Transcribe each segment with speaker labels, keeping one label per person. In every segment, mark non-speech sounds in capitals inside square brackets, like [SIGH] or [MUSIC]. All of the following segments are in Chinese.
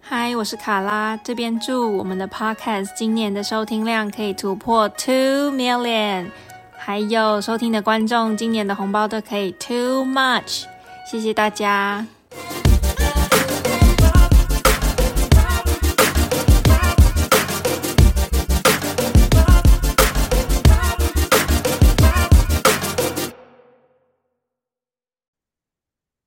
Speaker 1: 嗨，我是卡拉，这边祝我们的 Podcast 今年的收听量可以突破 two million，还有收听的观众今年的红包都可以 too much，谢谢大家。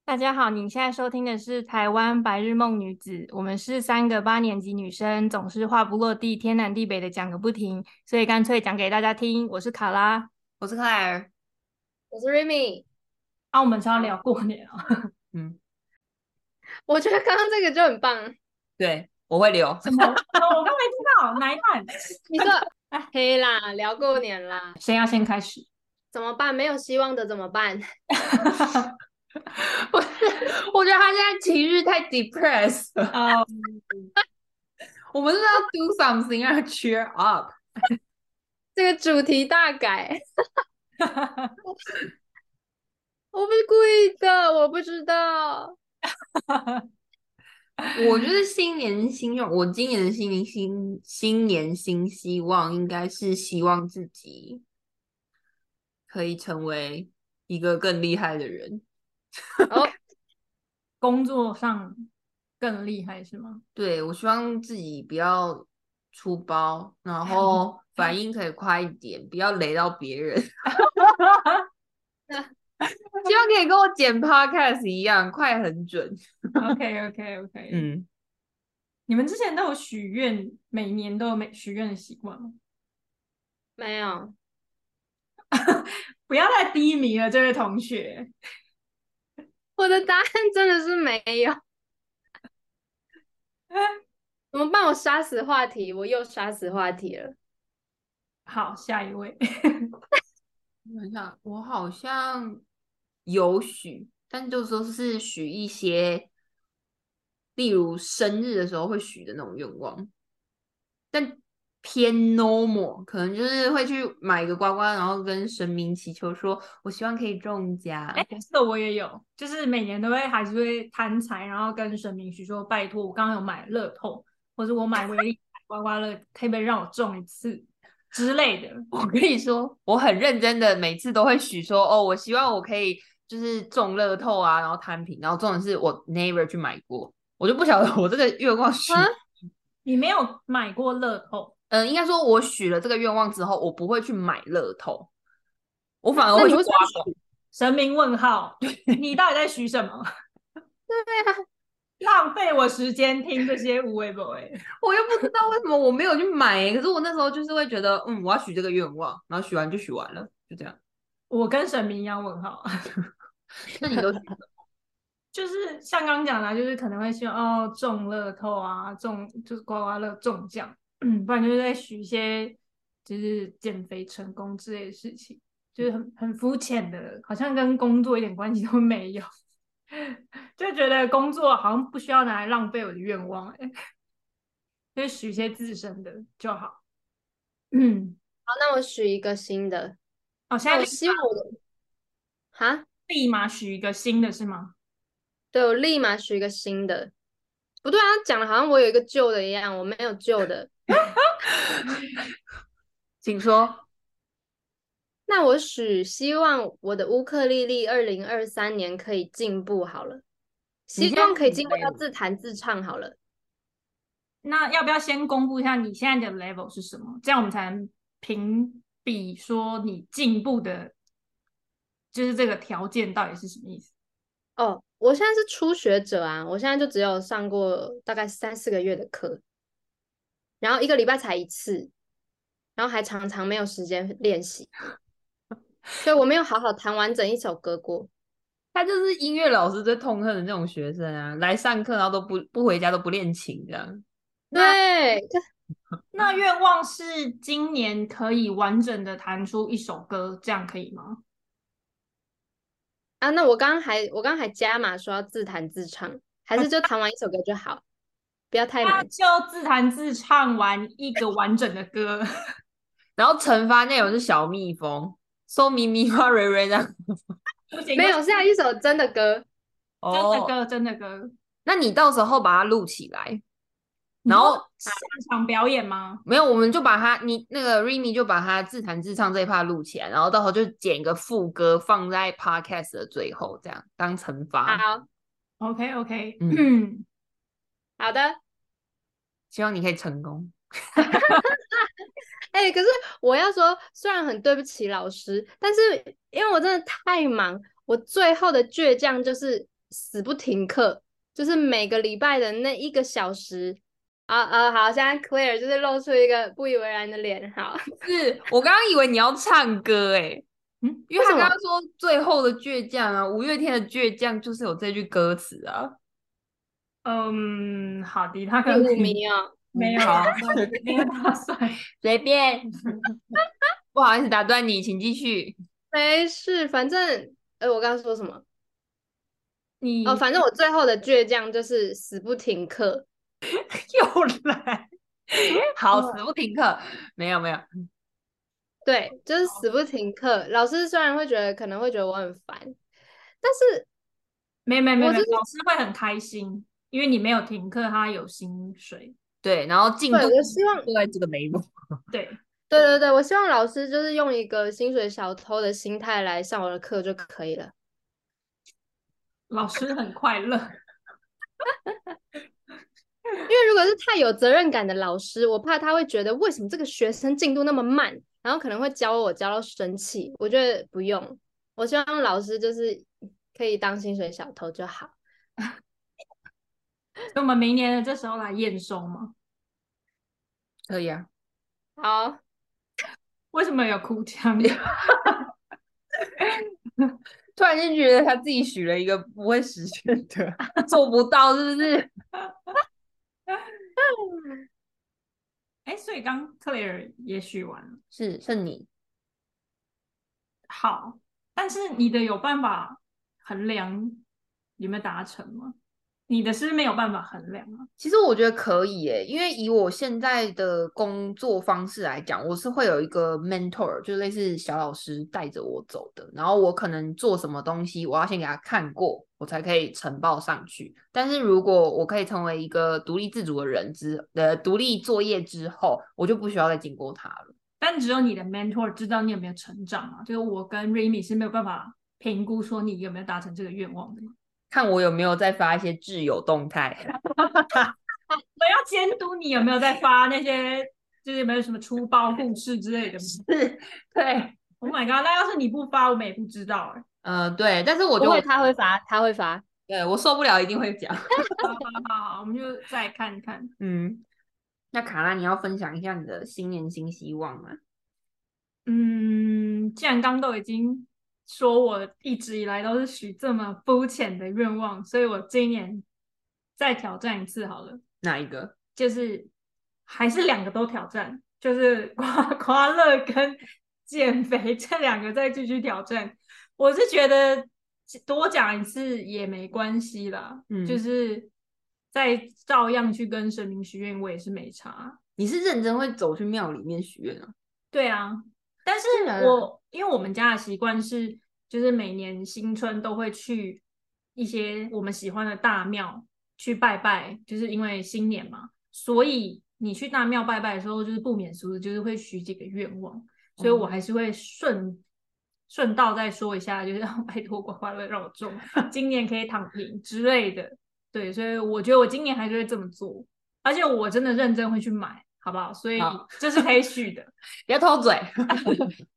Speaker 1: 大家好，你现在收听的是《台湾白日梦女子》，我们是三个八年级女生，总是话不落地，天南地北的讲个不停，所以干脆讲给大家听。我是卡拉，
Speaker 2: 我是克莱尔，
Speaker 3: 我是 Remy，
Speaker 1: 啊，我们是要聊过年哦，
Speaker 2: 嗯，
Speaker 3: 我觉得刚刚这个就很棒。
Speaker 2: 对，我会 [LAUGHS] 留。
Speaker 1: 怎么？哦我刚没听到，哪一段？
Speaker 3: 你说可以啦，聊过年啦，
Speaker 1: 谁要先开始？
Speaker 3: 怎么办？没有希望的怎么办？ [LAUGHS] 我我觉得他现在
Speaker 2: 情绪太 depressed 了，
Speaker 1: 哦、
Speaker 2: [LAUGHS]
Speaker 1: [LAUGHS]
Speaker 2: 我们是要 do something 让它 cheer up。
Speaker 3: 这个主题大改，我不是故意的，我不知道。
Speaker 2: 我觉得新年新愿，我今年的新年新新年新希望应该是希望自己可以成为一个更厉害的人。
Speaker 3: 哦，
Speaker 1: 工作上更厉害是吗？
Speaker 2: 对，我希望自己不要出包，然后反应可以快一点，不要雷到别人。 [LAUGHS] 希望可以跟我剪 podcast 一样，快很准。
Speaker 1: OK OK OK，嗯，
Speaker 2: 嗯，
Speaker 1: 你们之前都有许愿，每年都有每许愿的习惯吗？
Speaker 3: 没有，
Speaker 1: 不要再低迷了，这位同学。
Speaker 3: 我的答案真的是没有。怎么办？我杀死话题，我又杀死话题了。
Speaker 1: 好，下一位。
Speaker 2: 我想想，我好像有许，但就说是许一些，例如生日的时候会许的那种愿望，但偏 normal，可能就是会去买一个刮刮，然后跟神明祈求说，我希望可以中奖。
Speaker 1: 哎、这个我也有，就是每年都会还是会贪财，然后跟神明许说，拜托，我刚刚有买乐透，或者我买威力刮刮乐，可不可以让我中一次之类的？
Speaker 2: 我跟你说，我很认真的，每次都会许说，哦，我希望我可以就是中乐透啊，然后摊平，然后重点是我 never 去买过，我就不晓得我这个愿望许，
Speaker 3: 啊
Speaker 2: 嗯、
Speaker 1: 你没有买过乐透，
Speaker 2: 呃应该说我许了这个愿望之后，我不会去买乐透，我反而
Speaker 3: 那
Speaker 2: 会
Speaker 3: 你
Speaker 2: 去
Speaker 3: 为
Speaker 2: 刮
Speaker 3: 什么
Speaker 2: 刮。
Speaker 1: 神明问号，你到底在许什么？
Speaker 3: 对啊，
Speaker 1: 浪费我时间听这些无为 boy。
Speaker 2: 我又不知道为什么我没有去买、欸可是我那时候就是会觉得，嗯，我要许这个愿望，然后许完就许完了，就这样。
Speaker 1: 我跟神明一样问号，
Speaker 2: 那你都许了
Speaker 1: 就是像刚刚讲的啊，就是可能会希望哦中乐透啊，中就是刮刮乐中奖，嗯不然就是在许一些就是减肥成功之类的事情，就是很很肤浅的，好像跟工作一点关系都没有， [LAUGHS] 就觉得工作好像不需要拿来浪费我的愿望、欸，就是许一些自身的就好。嗯，
Speaker 3: 好，那我许一个新的。
Speaker 1: 哦，现
Speaker 3: 那
Speaker 1: 在
Speaker 3: 我
Speaker 1: 就
Speaker 3: 希望我的，哈，
Speaker 1: 立马许一个新的是吗？
Speaker 3: 对，我立马许一个新的。不对啊，讲的好像我有一个旧的一样，我没有旧的。
Speaker 2: 请说。
Speaker 3: 那我许希望我的乌克丽丽二零二三年可以进步好了，
Speaker 2: 你
Speaker 3: 希
Speaker 2: 现在
Speaker 3: 望可以
Speaker 2: 是
Speaker 3: 进步
Speaker 2: 哪
Speaker 3: 到
Speaker 2: 里
Speaker 3: 自弹自唱好了。
Speaker 1: 那要不要先公布一下你现在的 level 是什么？这样我们才能评比说你进步的，就是这个条件到底是什么意思？
Speaker 3: 哦，我现在是初学者啊，我现在就只有上过大概三四个月的课，然后一个礼拜才一次，然后还常常没有时间练习，所以我没有好好弹完整一首歌过。
Speaker 2: [LAUGHS] 他就是音乐老师最痛恨的那种学生啊，来上课然后都不不回家都不练琴这样。
Speaker 3: 对，
Speaker 1: 那
Speaker 3: 嗯
Speaker 1: 愿望是今年可以完整的弹出一首歌，这样可以吗？
Speaker 3: 啊，那我刚刚还我刚刚还加码说要自弹自唱，还是就弹完一首歌就好，不要太
Speaker 1: 那
Speaker 3: 难。
Speaker 1: 就自弹自唱完一个完整的歌。 [LAUGHS]
Speaker 2: 然后惩罚内容是小蜜蜂，搜咪咪花蕊蕊这样。
Speaker 1: 不行，
Speaker 3: 没有，
Speaker 1: 不
Speaker 3: 是要一首真的歌。
Speaker 1: 行真的
Speaker 2: 哦，
Speaker 1: 歌，真的歌。
Speaker 2: 那你到时候把它录起来，然后
Speaker 1: 现场表演吗？
Speaker 2: 没有，我们就把他你那个 Remy 就把他自弹自唱这一趴录起来，然后到时候就剪一个副歌放在 podcast 的最后，这样当惩罚。
Speaker 3: 好
Speaker 1: OK OK，
Speaker 2: 嗯
Speaker 1: 嗯，
Speaker 3: 好的，
Speaker 2: 希望你可以成功。
Speaker 3: 哎、可是我要说，虽然很对不起老师，但是因为我真的太忙，我最后的倔强就是死不停课，就是每个礼拜的那一个小时。啊啊，好，现在 Clear 就是露出一个不以为然的脸，好，
Speaker 2: [LAUGHS] 是我刚刚以为你要唱歌诶、
Speaker 1: 嗯
Speaker 2: 因为
Speaker 3: 为什
Speaker 2: 他
Speaker 3: 么
Speaker 2: 刚刚说最后的倔强啊，五月天的倔强就是有这句歌词啊。
Speaker 1: 嗯，好的，他可能
Speaker 3: 入迷哦。
Speaker 1: 没有
Speaker 2: 好，
Speaker 1: 没有打算。 [LAUGHS]
Speaker 2: 随便。 [LAUGHS] 不好意思打断你，请继续。 [LAUGHS]
Speaker 3: 没事，反正，呃，我刚刚说什么？
Speaker 1: 你
Speaker 3: 哦，反正我最后的倔强就是死不停课。
Speaker 2: 又来， [LAUGHS] 好，
Speaker 3: 嗯
Speaker 2: 死不停课。没有没有，
Speaker 3: 对，就是死不停课。老师虽然会觉得可能会觉得我很烦，但是
Speaker 1: 没没没
Speaker 3: 我
Speaker 1: 没，
Speaker 3: 就是
Speaker 1: 老师会很开心，因为你没有停课，他有薪水。
Speaker 2: 对，然后进度
Speaker 3: 对我希望
Speaker 2: 就在这个眉目。
Speaker 1: 对，
Speaker 3: 对对对，我希望老师就是用一个薪水小偷的心态来上我的课就可以了。
Speaker 1: 老师很快乐。 [LAUGHS]
Speaker 3: 因为如果是太有责任感的老师，我怕他会觉得为什么这个学生进度那么慢，然后可能会教我教到生气。我觉得不用，我希望老师就是可以当薪水小偷就好。
Speaker 1: 那我们明年的这时候来验收吗？
Speaker 2: 可以啊，
Speaker 3: 好。
Speaker 1: 为什么有哭腔？
Speaker 2: 突然间觉得他自己许了一个不会实现的， [LAUGHS] 做不到，是不是？
Speaker 1: 哎，所以刚 Claire 也许完了。
Speaker 2: 是是你
Speaker 1: 好，但是你的有办法衡量有没有达成吗？你的是没有办法衡量啊。
Speaker 2: 其实我觉得可以耶，因为以我现在的工作方式来讲，我是会有一个 mentor，就类似小老师带着我走的。然后我可能做什么东西，我要先给他看过，我才可以呈报上去。但是如果我可以成为一个独立自主的人之呃独立作业之后，我就不需要再经过他了。
Speaker 1: 但只有你的 mentor 知道你有没有成长啊。就是我跟 Remy 是没有办法评估说你有没有达成这个愿望的。我
Speaker 2: 看我有没有再发一些挚友动态。 [LAUGHS]
Speaker 1: 要监督你有没有在发那些，就是有没有什么粗暴故事之类的。
Speaker 2: 是，对，
Speaker 1: Oh my god！那要是你不发，我们也不知道哎、
Speaker 2: 呃，对，但是我
Speaker 3: 不
Speaker 2: 觉得
Speaker 3: 会，
Speaker 2: 我
Speaker 3: 他会罚，他会罚。
Speaker 2: 对我受不了，一定会 [LAUGHS] 讲。
Speaker 1: 好好好好，我们就再看看。
Speaker 2: 嗯，那卡拉，你要分享一下你的新年新希望吗？
Speaker 1: 嗯，既然刚都已经说我一直以来都是许这么肤浅的愿望，所以我今年再挑战一次好了，
Speaker 2: 哪一个？
Speaker 1: 就是还是两个都挑战，就是刮 [LAUGHS] 刮乐跟减肥这两个再继续挑战。我是觉得多讲一次也没关系啦，
Speaker 2: 嗯
Speaker 1: 就是再照样去跟神明许愿，我也是没差。
Speaker 2: 你是认真会走去庙里面许愿啊？
Speaker 1: 对啊，但是
Speaker 2: 然
Speaker 1: 我因为我们家的习惯是，就是每年新春都会去一些我们喜欢的大庙去拜拜，就是因为新年嘛，所以你去大庙拜拜的时候，就是不免俗的，就是会许几个愿望，所以我
Speaker 2: 哦
Speaker 1: 还是会顺顺道再说一下，就是让拜托刮刮乐让我中，
Speaker 2: [LAUGHS]
Speaker 1: 今年可以躺平之类的。对，所以我觉得我今年还是会这么做，而且我真的认真会去买，好不好？所以
Speaker 2: 好
Speaker 1: 这是可以许的。
Speaker 2: 不要偷嘴。
Speaker 1: [LAUGHS]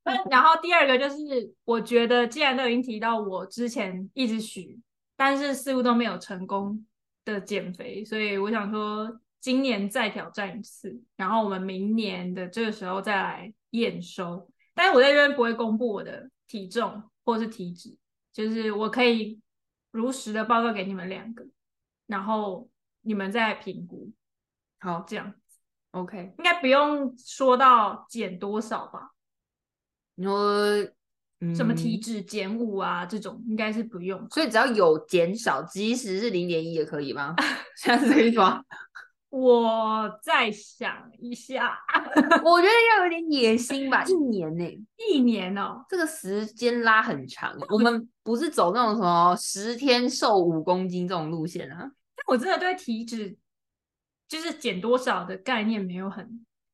Speaker 1: 那然后第二个就是，我觉得既然都已经提到我之前一直许，但是似乎都没有成功的减肥，所以我想说今年再挑战一次，然后我们明年的这个时候再来验收。但是我在这边不会公布我的体重或是体脂，就是我可以如实的报告给你们两个，然后你们再评估，
Speaker 2: 好
Speaker 1: 这样
Speaker 2: [LAUGHS] ，OK。
Speaker 1: 应该不用说到减多少吧。
Speaker 2: [LAUGHS] 你说
Speaker 1: 什么体
Speaker 2: 嗯
Speaker 1: 脂减五啊这种，应该是不用吧。
Speaker 2: 所以只要有减少，即使是零点一也可以 [LAUGHS] 吗？现在是这个意思吗？
Speaker 1: 我再想一下，
Speaker 2: [LAUGHS] 我觉得要有点野心吧，一年呢、
Speaker 1: 一年哦，
Speaker 2: 这个时间拉很长欸，我们不是走那种什么十天瘦五公斤这种路线啊。
Speaker 1: 但我真的对体脂就是减多少的概念没有很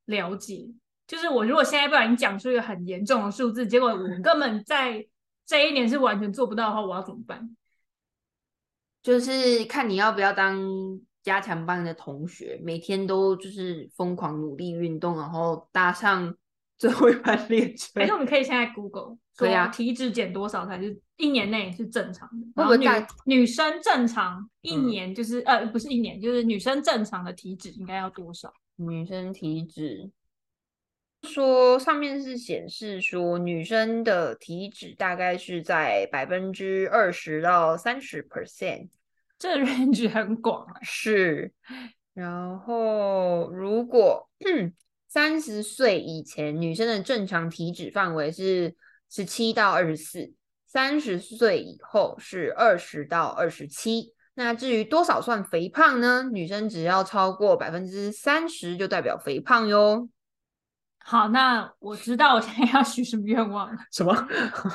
Speaker 1: 了解。就是我如果现在不小心讲出一个很严重的数字，结果我
Speaker 2: [LAUGHS]
Speaker 1: 根本在这一年是完全做不到的话，我要怎么办？
Speaker 2: 就是看你要不要当加强班的同学，每天都就是疯狂努力运动，然后搭上 [LAUGHS] 最后一班列车
Speaker 1: 还。是我们可以现在 Google
Speaker 2: 可
Speaker 1: 说
Speaker 2: 以啊
Speaker 1: 体脂减多少才是一年内是正常的？
Speaker 2: 会
Speaker 1: 然
Speaker 2: 不
Speaker 1: 后
Speaker 2: 会
Speaker 1: 女
Speaker 2: 大
Speaker 1: 女生正常一
Speaker 2: 嗯
Speaker 1: 年就是、呃不是一年，就是女生正常的体脂应该要多少？
Speaker 2: 女生体脂说上面是显示说女生的体脂大概是在百分之二十到三十 percent
Speaker 1: 这 range [LAUGHS] 很广、欸，
Speaker 2: 是，然后如果嗯三十岁以前女生的正常体脂范围是十七到二十四，三十岁以后是二十到二十七。那至于多少算肥胖呢？女生只要超过百分之三十就代表肥胖哟。
Speaker 1: 好，那我知道我现在要许什么愿望了。
Speaker 2: 什么？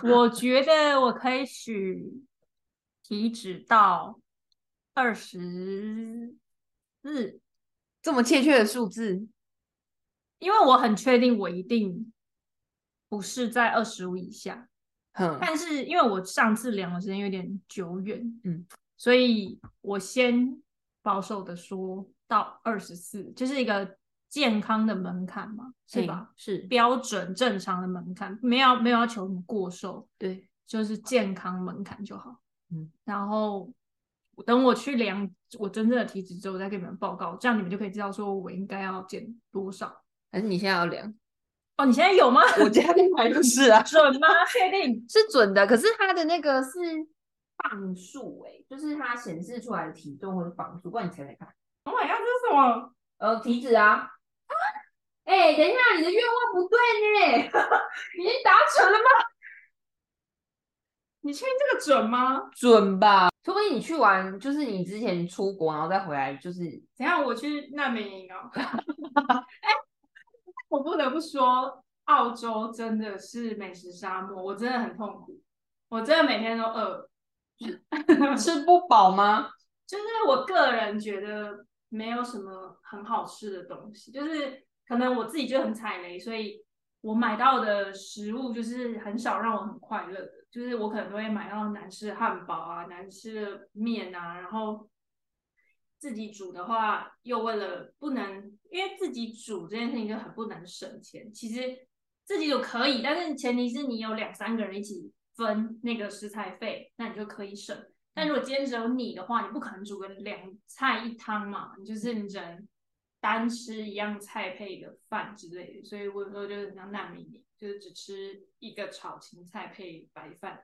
Speaker 1: 我觉得我可以许体脂到二十四，
Speaker 2: 这么欠缺的数字？
Speaker 1: 因为我很确定我一定不是在二十五以下。
Speaker 2: 哼，
Speaker 1: 但是因为我上次量的时间有点久远，
Speaker 2: 嗯，
Speaker 1: 所以我先保守的说到二十四，就是一个健康的门槛嘛，是
Speaker 2: 嘿
Speaker 1: 吧？？
Speaker 2: 是，
Speaker 1: 标准正常的门槛，没有没有要求什么过瘦，
Speaker 2: 对，
Speaker 1: 就是健康门槛就好。
Speaker 2: 嗯，
Speaker 1: 然后等我去量我真正的体脂之后，我再给你们报告，这样你们就可以知道说我应该要减多少。
Speaker 2: 还是你现在要量？
Speaker 1: 哦，你现在有吗？
Speaker 2: 我家那排 [LAUGHS] 就是啊，
Speaker 1: 准吗？确定？
Speaker 2: 是准的，可是它的那个是磅数哎、就是它显示出来的体重或者磅数，不然你猜猜看。
Speaker 1: Oh my god，这是什么？
Speaker 2: 呃，体脂啊。哎、等一下，你的愿望不对呢， [LAUGHS] 已经达成了吗？
Speaker 1: 你确定这个准吗？
Speaker 2: 准吧？除非你去玩，就是你之前出国然后再回来， [LAUGHS] 就是
Speaker 1: 等一下我去难民营哦。哎、 [LAUGHS] 哎我不得不说，澳洲真的是美食沙漠，我真的很痛苦，我真的每天都饿。
Speaker 2: 吃不饱吗？
Speaker 1: 就是我个人觉得没有什么很好吃的东西，就是可能我自己就很踩雷，所以我买到的食物就是很少让我很快乐的，就是我可能都会买到难吃的汉堡啊、难吃的面啊，然后自己煮的话又为了不能，因为自己煮这件事情就很不能省钱，其实。自己煮可以，但是前提是你有两三个人一起分那个食材费，那你就可以省。但如果今天只有你的话，你不可能煮个两菜一汤嘛，你就是你只能单吃一样菜配一个饭之类的。所以我有时候就是很像难民营，就是只吃一个炒青菜配白饭，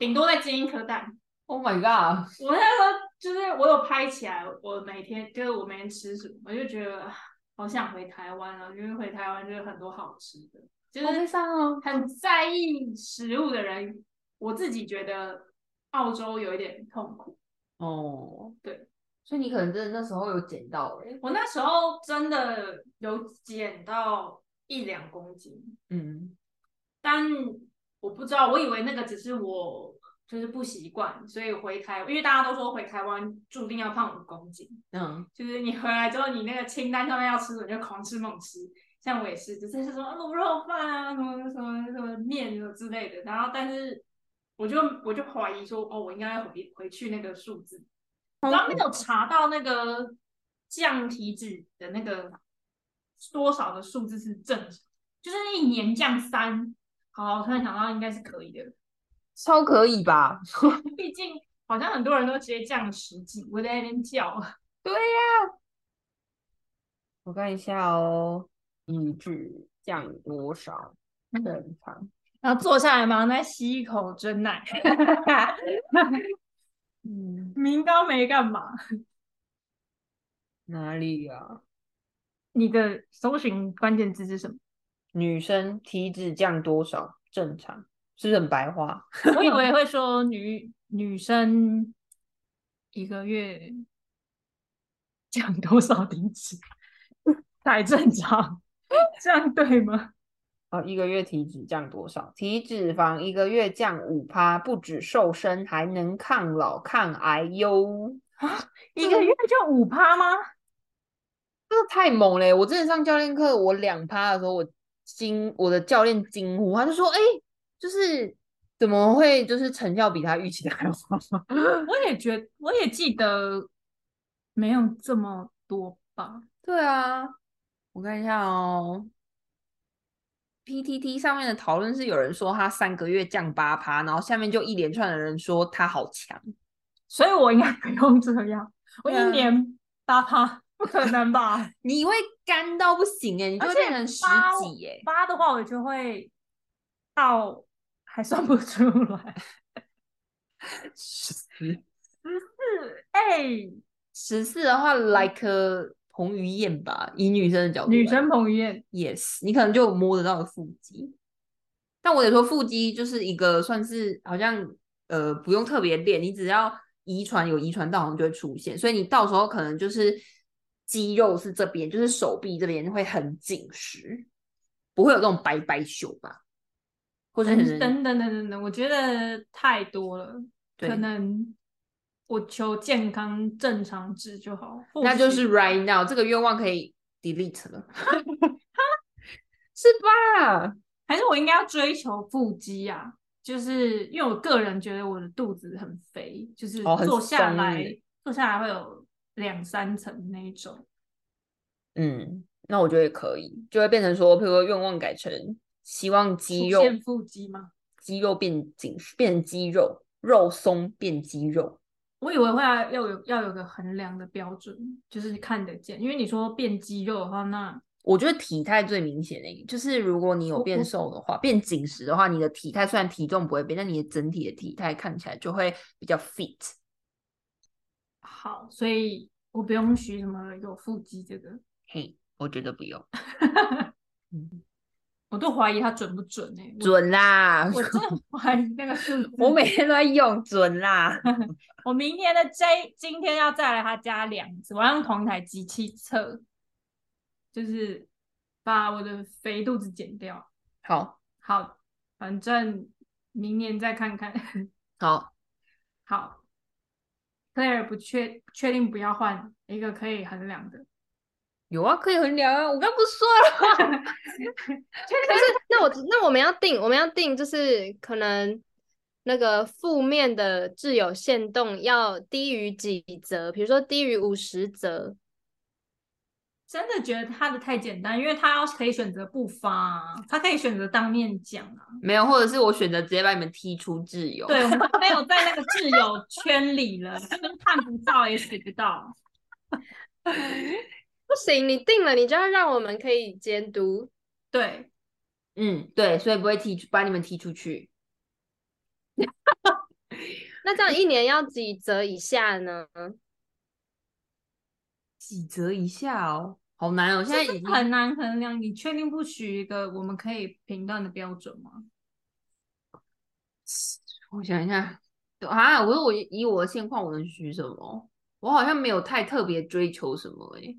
Speaker 1: 顶多再煎一颗蛋。
Speaker 2: Oh my god！
Speaker 1: 我那时候就是我有拍起来，我每天就是我每天吃什么，我就觉得啊好想回台湾啊，因为回台湾就是很多好吃的，就是
Speaker 2: 好悲伤哦
Speaker 1: 很在意食物的人，我自己觉得澳洲有一点痛苦。
Speaker 2: 哦，
Speaker 1: 对，
Speaker 2: 所以你可能真的那时候有捡到哎、
Speaker 1: 我那时候真的有减到一两公斤，
Speaker 2: 嗯，
Speaker 1: 但我不知道，我以为那个只是我就是不习惯，所以回台，因为大家都说回台湾注定要胖五公斤，
Speaker 2: 嗯，
Speaker 1: 就是你回来之后，你那个清单上面要吃什么就狂吃猛吃。像我也是，就是什么卤肉饭啊，什么什么什么面什么之类的。然后，但是我就我就怀疑说，哦，我应该回回去那个数字。然后没有查到那个降体脂的那个多少的数字是正常，就是一年降三。好，我突然想到应该是可以的，
Speaker 2: 超可以吧？
Speaker 1: 毕竟好像很多人都直接降十几，我在那边叫。
Speaker 2: 我看一下哦，一脂降多少？正常。
Speaker 1: 然后坐下来马上再吸一口真奶， [LAUGHS]
Speaker 2: 嗯，
Speaker 1: 明高没干嘛。
Speaker 2: 哪里啊？
Speaker 1: 你的搜寻关键字是什么？
Speaker 2: 女生体脂降多少？正常，是不是很白话？
Speaker 1: 我以为会说女女生一个月降多少体脂才正常，这样对吗？
Speaker 2: 哦，一个月体脂降多少？体脂肪一个月降五趴，不止瘦身，还能抗老抗癌哟。
Speaker 1: 一个月就五趴吗？
Speaker 2: 真的太猛嘞！我之前上教练课，我两趴的时候，我惊我的教练惊呼，他就说：“哎、就是怎么会就是成效比他预期的还要好？”
Speaker 1: 我也觉，我也记得没有这么多吧。
Speaker 2: 对啊，我看一下哦。PTT 上面的讨论是有人说他三个月降八趴，然后下面就一连串的人说他好强。
Speaker 1: 所以我应该不用这样。我一
Speaker 2: 对啊
Speaker 1: 年八趴，不可能吧？
Speaker 2: 你会干到不行哎、你就
Speaker 1: 而
Speaker 2: 会
Speaker 1: 且
Speaker 2: 变成十
Speaker 1: 八
Speaker 2: 几哎、
Speaker 1: 八的话，我就会到还算不出
Speaker 2: [LAUGHS]
Speaker 1: 来。
Speaker 2: 十四，
Speaker 1: 是，哎、
Speaker 2: 十四的话，like a 彭于晏吧，以女生的角度来，
Speaker 1: 嗯女生彭于晏，
Speaker 2: yes，你可能就摸得到的腹肌。但我得说，腹肌就是一个算是好像呃不用特别练，你只要遗传有遗传到，好像就会出现。所以你到时候可能就是肌肉是这边，就是手臂这边会很紧实，不会有那种白白袖吧？或者
Speaker 1: 等等等等等等，我觉得太多了，可能我求健康正常值就好。或
Speaker 2: 那就
Speaker 1: 许
Speaker 2: 是 right now 这个愿望可以 delete 了， [LAUGHS] 是吧？
Speaker 1: 还是我应该要追求腹肌啊？就是因为我个人觉得我的肚子很肥，就是
Speaker 2: 哦很
Speaker 1: 坐下
Speaker 2: 松
Speaker 1: 来、
Speaker 2: 欸
Speaker 1: 坐下来会有两三层那一种。
Speaker 2: 嗯，那我觉得也可以，就会变成说，譬如说愿望改成希望肌
Speaker 1: 出
Speaker 2: 肉
Speaker 1: 现腹肌吗？
Speaker 2: 肌肉变紧实，变成肌肉，肉松变肌肉。
Speaker 1: 我以为会要要有要有个衡量的标准，就是看得见。因为你说变肌肉的话，那
Speaker 2: 我觉得体态最明显的一个，就是如果你有
Speaker 1: 我
Speaker 2: 变
Speaker 1: 我
Speaker 2: 瘦的话，变紧实的话，你的体态虽然体重不会变，但你的整体的体态看起来就会比较 fit。
Speaker 1: 好，所以我不用许什么有腹肌这个，
Speaker 2: 嘿，我觉得不用，
Speaker 1: 我都怀疑它准不准呢、我，
Speaker 2: 准啦！
Speaker 1: 我真的怀疑那个数字。
Speaker 2: [LAUGHS] 我每天都在用，准啦。
Speaker 1: 我明天的这一今天要再来他家两次，我要用同一台机器测，就是把我的肥肚子减掉。
Speaker 2: 好
Speaker 1: [LAUGHS] 好，反正明年再看看。
Speaker 2: 好，
Speaker 1: 好，Claire 不确确定不要换一个可以衡量的，
Speaker 2: 有啊，可以衡量啊。我刚不是说了吗？ [LAUGHS]
Speaker 3: 但是那我那我们要定，我们要定，就是可能那个负面的自有限动要低于几则，比如说低于五十则。
Speaker 1: 真的觉得他的太简单，因为他要可以选择不发啊、他可以选择当面讲啊。
Speaker 2: 没有，或者是我选择直接把你们踢出挚 [LAUGHS] 友。
Speaker 1: 对，我们没有在那个挚友圈里了，根本看不到也学不到。
Speaker 3: 不行，你定了，你就要让我们可以监督。
Speaker 1: 对，
Speaker 2: 嗯，对，所以不会踢出，把你们踢出去。
Speaker 3: 那这样一年要几则以下呢？
Speaker 2: 几折一下哦，好难哦。现在
Speaker 1: 这
Speaker 2: 已
Speaker 1: 是
Speaker 2: 经
Speaker 1: 很难衡量。你确定不许一个我们可以评断的标准吗？
Speaker 2: 我想一下，对啊，我说我以我的现况，我能许什么？我好像没有太特别追求什么诶、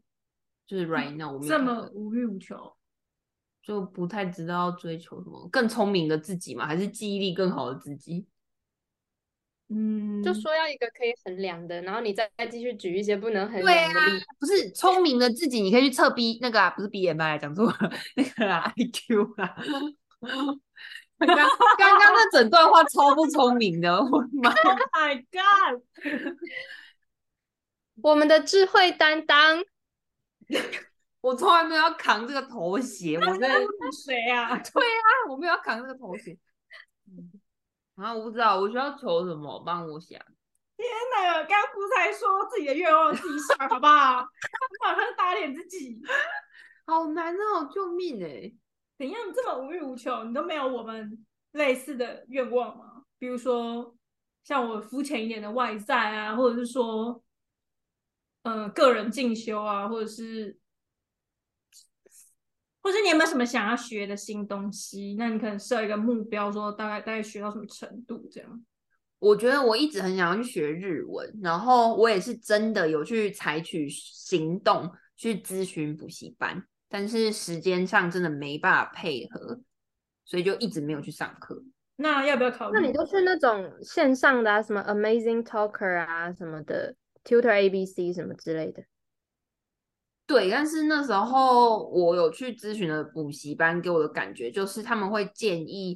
Speaker 2: 就是 right now 我没有
Speaker 1: 这
Speaker 2: 太
Speaker 1: 么
Speaker 2: 特
Speaker 1: 无欲无求，
Speaker 2: 就不太知道要追求什么，更聪明的自己嘛，还是记忆力更好的自己？
Speaker 1: 嗯，
Speaker 3: 就说要一个可以衡量的，然后你再继续举一些不能衡
Speaker 2: 对啊
Speaker 3: 量的例子。
Speaker 2: 不是聪明的自己，你可以去测 B 那个啊，不是 BMI 讲错了，那个啊 IQ 啊。 [LAUGHS] 刚刚刚那整段话超不聪明的，我的妈！
Speaker 1: ，Oh ，My God，
Speaker 3: 我们的智慧担当，
Speaker 2: 我从来没有要扛这个头衔，我真的
Speaker 1: 是谁啊？
Speaker 2: 我没有要扛这个头衔。啊，我不知道，我需要求什么？帮我想。
Speaker 1: 真的，刚刚不才说自己的愿望自己想，好不好？ [LAUGHS] 马上打脸自己。
Speaker 2: 好难哦，救命哎、
Speaker 1: 怎样这么无欲无求？你都没有我们类似的愿望吗？比如说像我肤浅一点的外在啊，或者是说，呃，个人进修啊，或者是，或是你有没有什么想要学的新东西？那你可能设一个目标，说大概大概学到什么程度这样。
Speaker 2: 我觉得我一直很想要去学日文，然后我也是真的有去采取行动去咨询补习班，但是时间上真的没办法配合，所以就一直没有去上课。
Speaker 1: 那要不要考虑？ [LAUGHS]
Speaker 3: 那你就去那种线上的啊，什么 Amazing Talker 啊，什么的 Tutor ABC 什么之类的。
Speaker 2: 对，但是那时候我有去咨询了补习班，给我的感觉就是他们会建议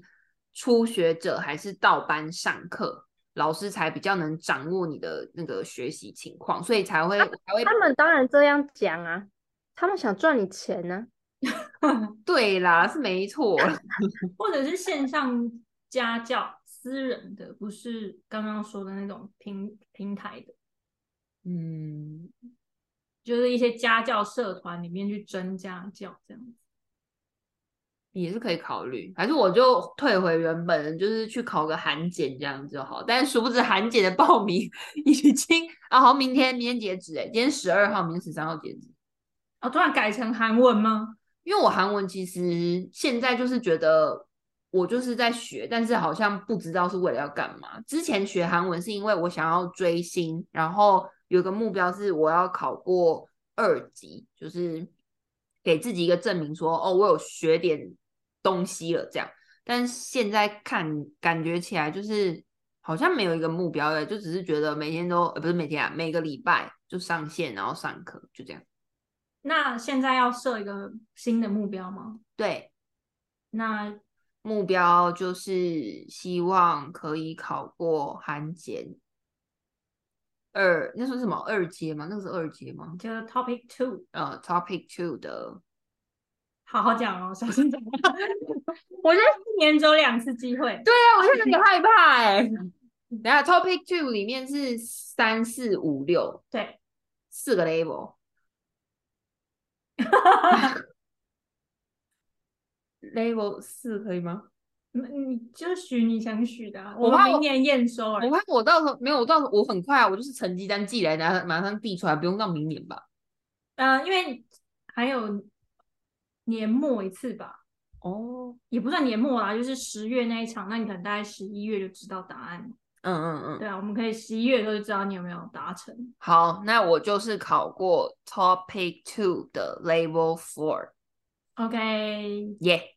Speaker 2: 初学者还是到班上课，老师才比较能掌握你的那个学习情况，所以才会才会
Speaker 3: 他们当然这样讲啊，他们想赚你钱啊呢、
Speaker 2: 对啦，是没错啦。
Speaker 1: 或者是线上家教私人的，不是刚刚说的那种平平台的，
Speaker 2: 嗯，
Speaker 1: 就是一些家教社团里面去争家教这样子。
Speaker 2: 也是可以考虑，还是我就退回原本，就是去考个韩检这样就好。但是殊不知韩检的报名 [LAUGHS] 已经啊，好，明天明天截止哎，今天十二号，明天十三号截止。
Speaker 1: 哦，突然改成韩文吗？
Speaker 2: 因为我韩文其实现在就是觉得我就是在学，但是好像不知道是为了要干嘛。之前学韩文是因为我想要追星，然后有个目标是我要考过二级，就是给自己一个证明说，哦，我有学点东西了这样。但现在看感觉起来就是好像没有一个目标的，就只是觉得每天都呃不是每天啊，每个礼拜就上线，然后上课就这样。
Speaker 1: 那现在要设一个新的目标吗？
Speaker 2: 对，
Speaker 1: 那
Speaker 2: 目标就是希望可以考过韩检二，那时候什么二阶吗？那个是二阶吗？
Speaker 1: 就是 topic two，
Speaker 2: 呃，Topic Two 的，
Speaker 1: 好好讲哦，小心讲。我觉得一年只有两次机会。
Speaker 2: 对啊，我现在有点害怕哎、 [LAUGHS] 等一下 Topic Two 里面是三四五六
Speaker 1: 对，
Speaker 2: 四个 level，level 四可以吗？
Speaker 1: 嗯你就许你想许的啊、
Speaker 2: 我
Speaker 1: 我们
Speaker 2: 怕我
Speaker 1: 明年验收而已
Speaker 2: 我。怕我到时候没有，我到时候我很快啊，我就是成绩单寄来，然后马上递出来，不用到明年吧。
Speaker 1: 呃，因为还有年末一次吧，
Speaker 2: 哦，
Speaker 1: 也不算年末啦，就是十月那一场，那你可能大概十一月就知道答案。
Speaker 2: 嗯嗯嗯，
Speaker 1: 对啊，我们可以十一月的时候就知道你有没有达成。
Speaker 2: 好，那我就是考过 Topic Two 的 Level Four，
Speaker 1: OK，
Speaker 2: 耶、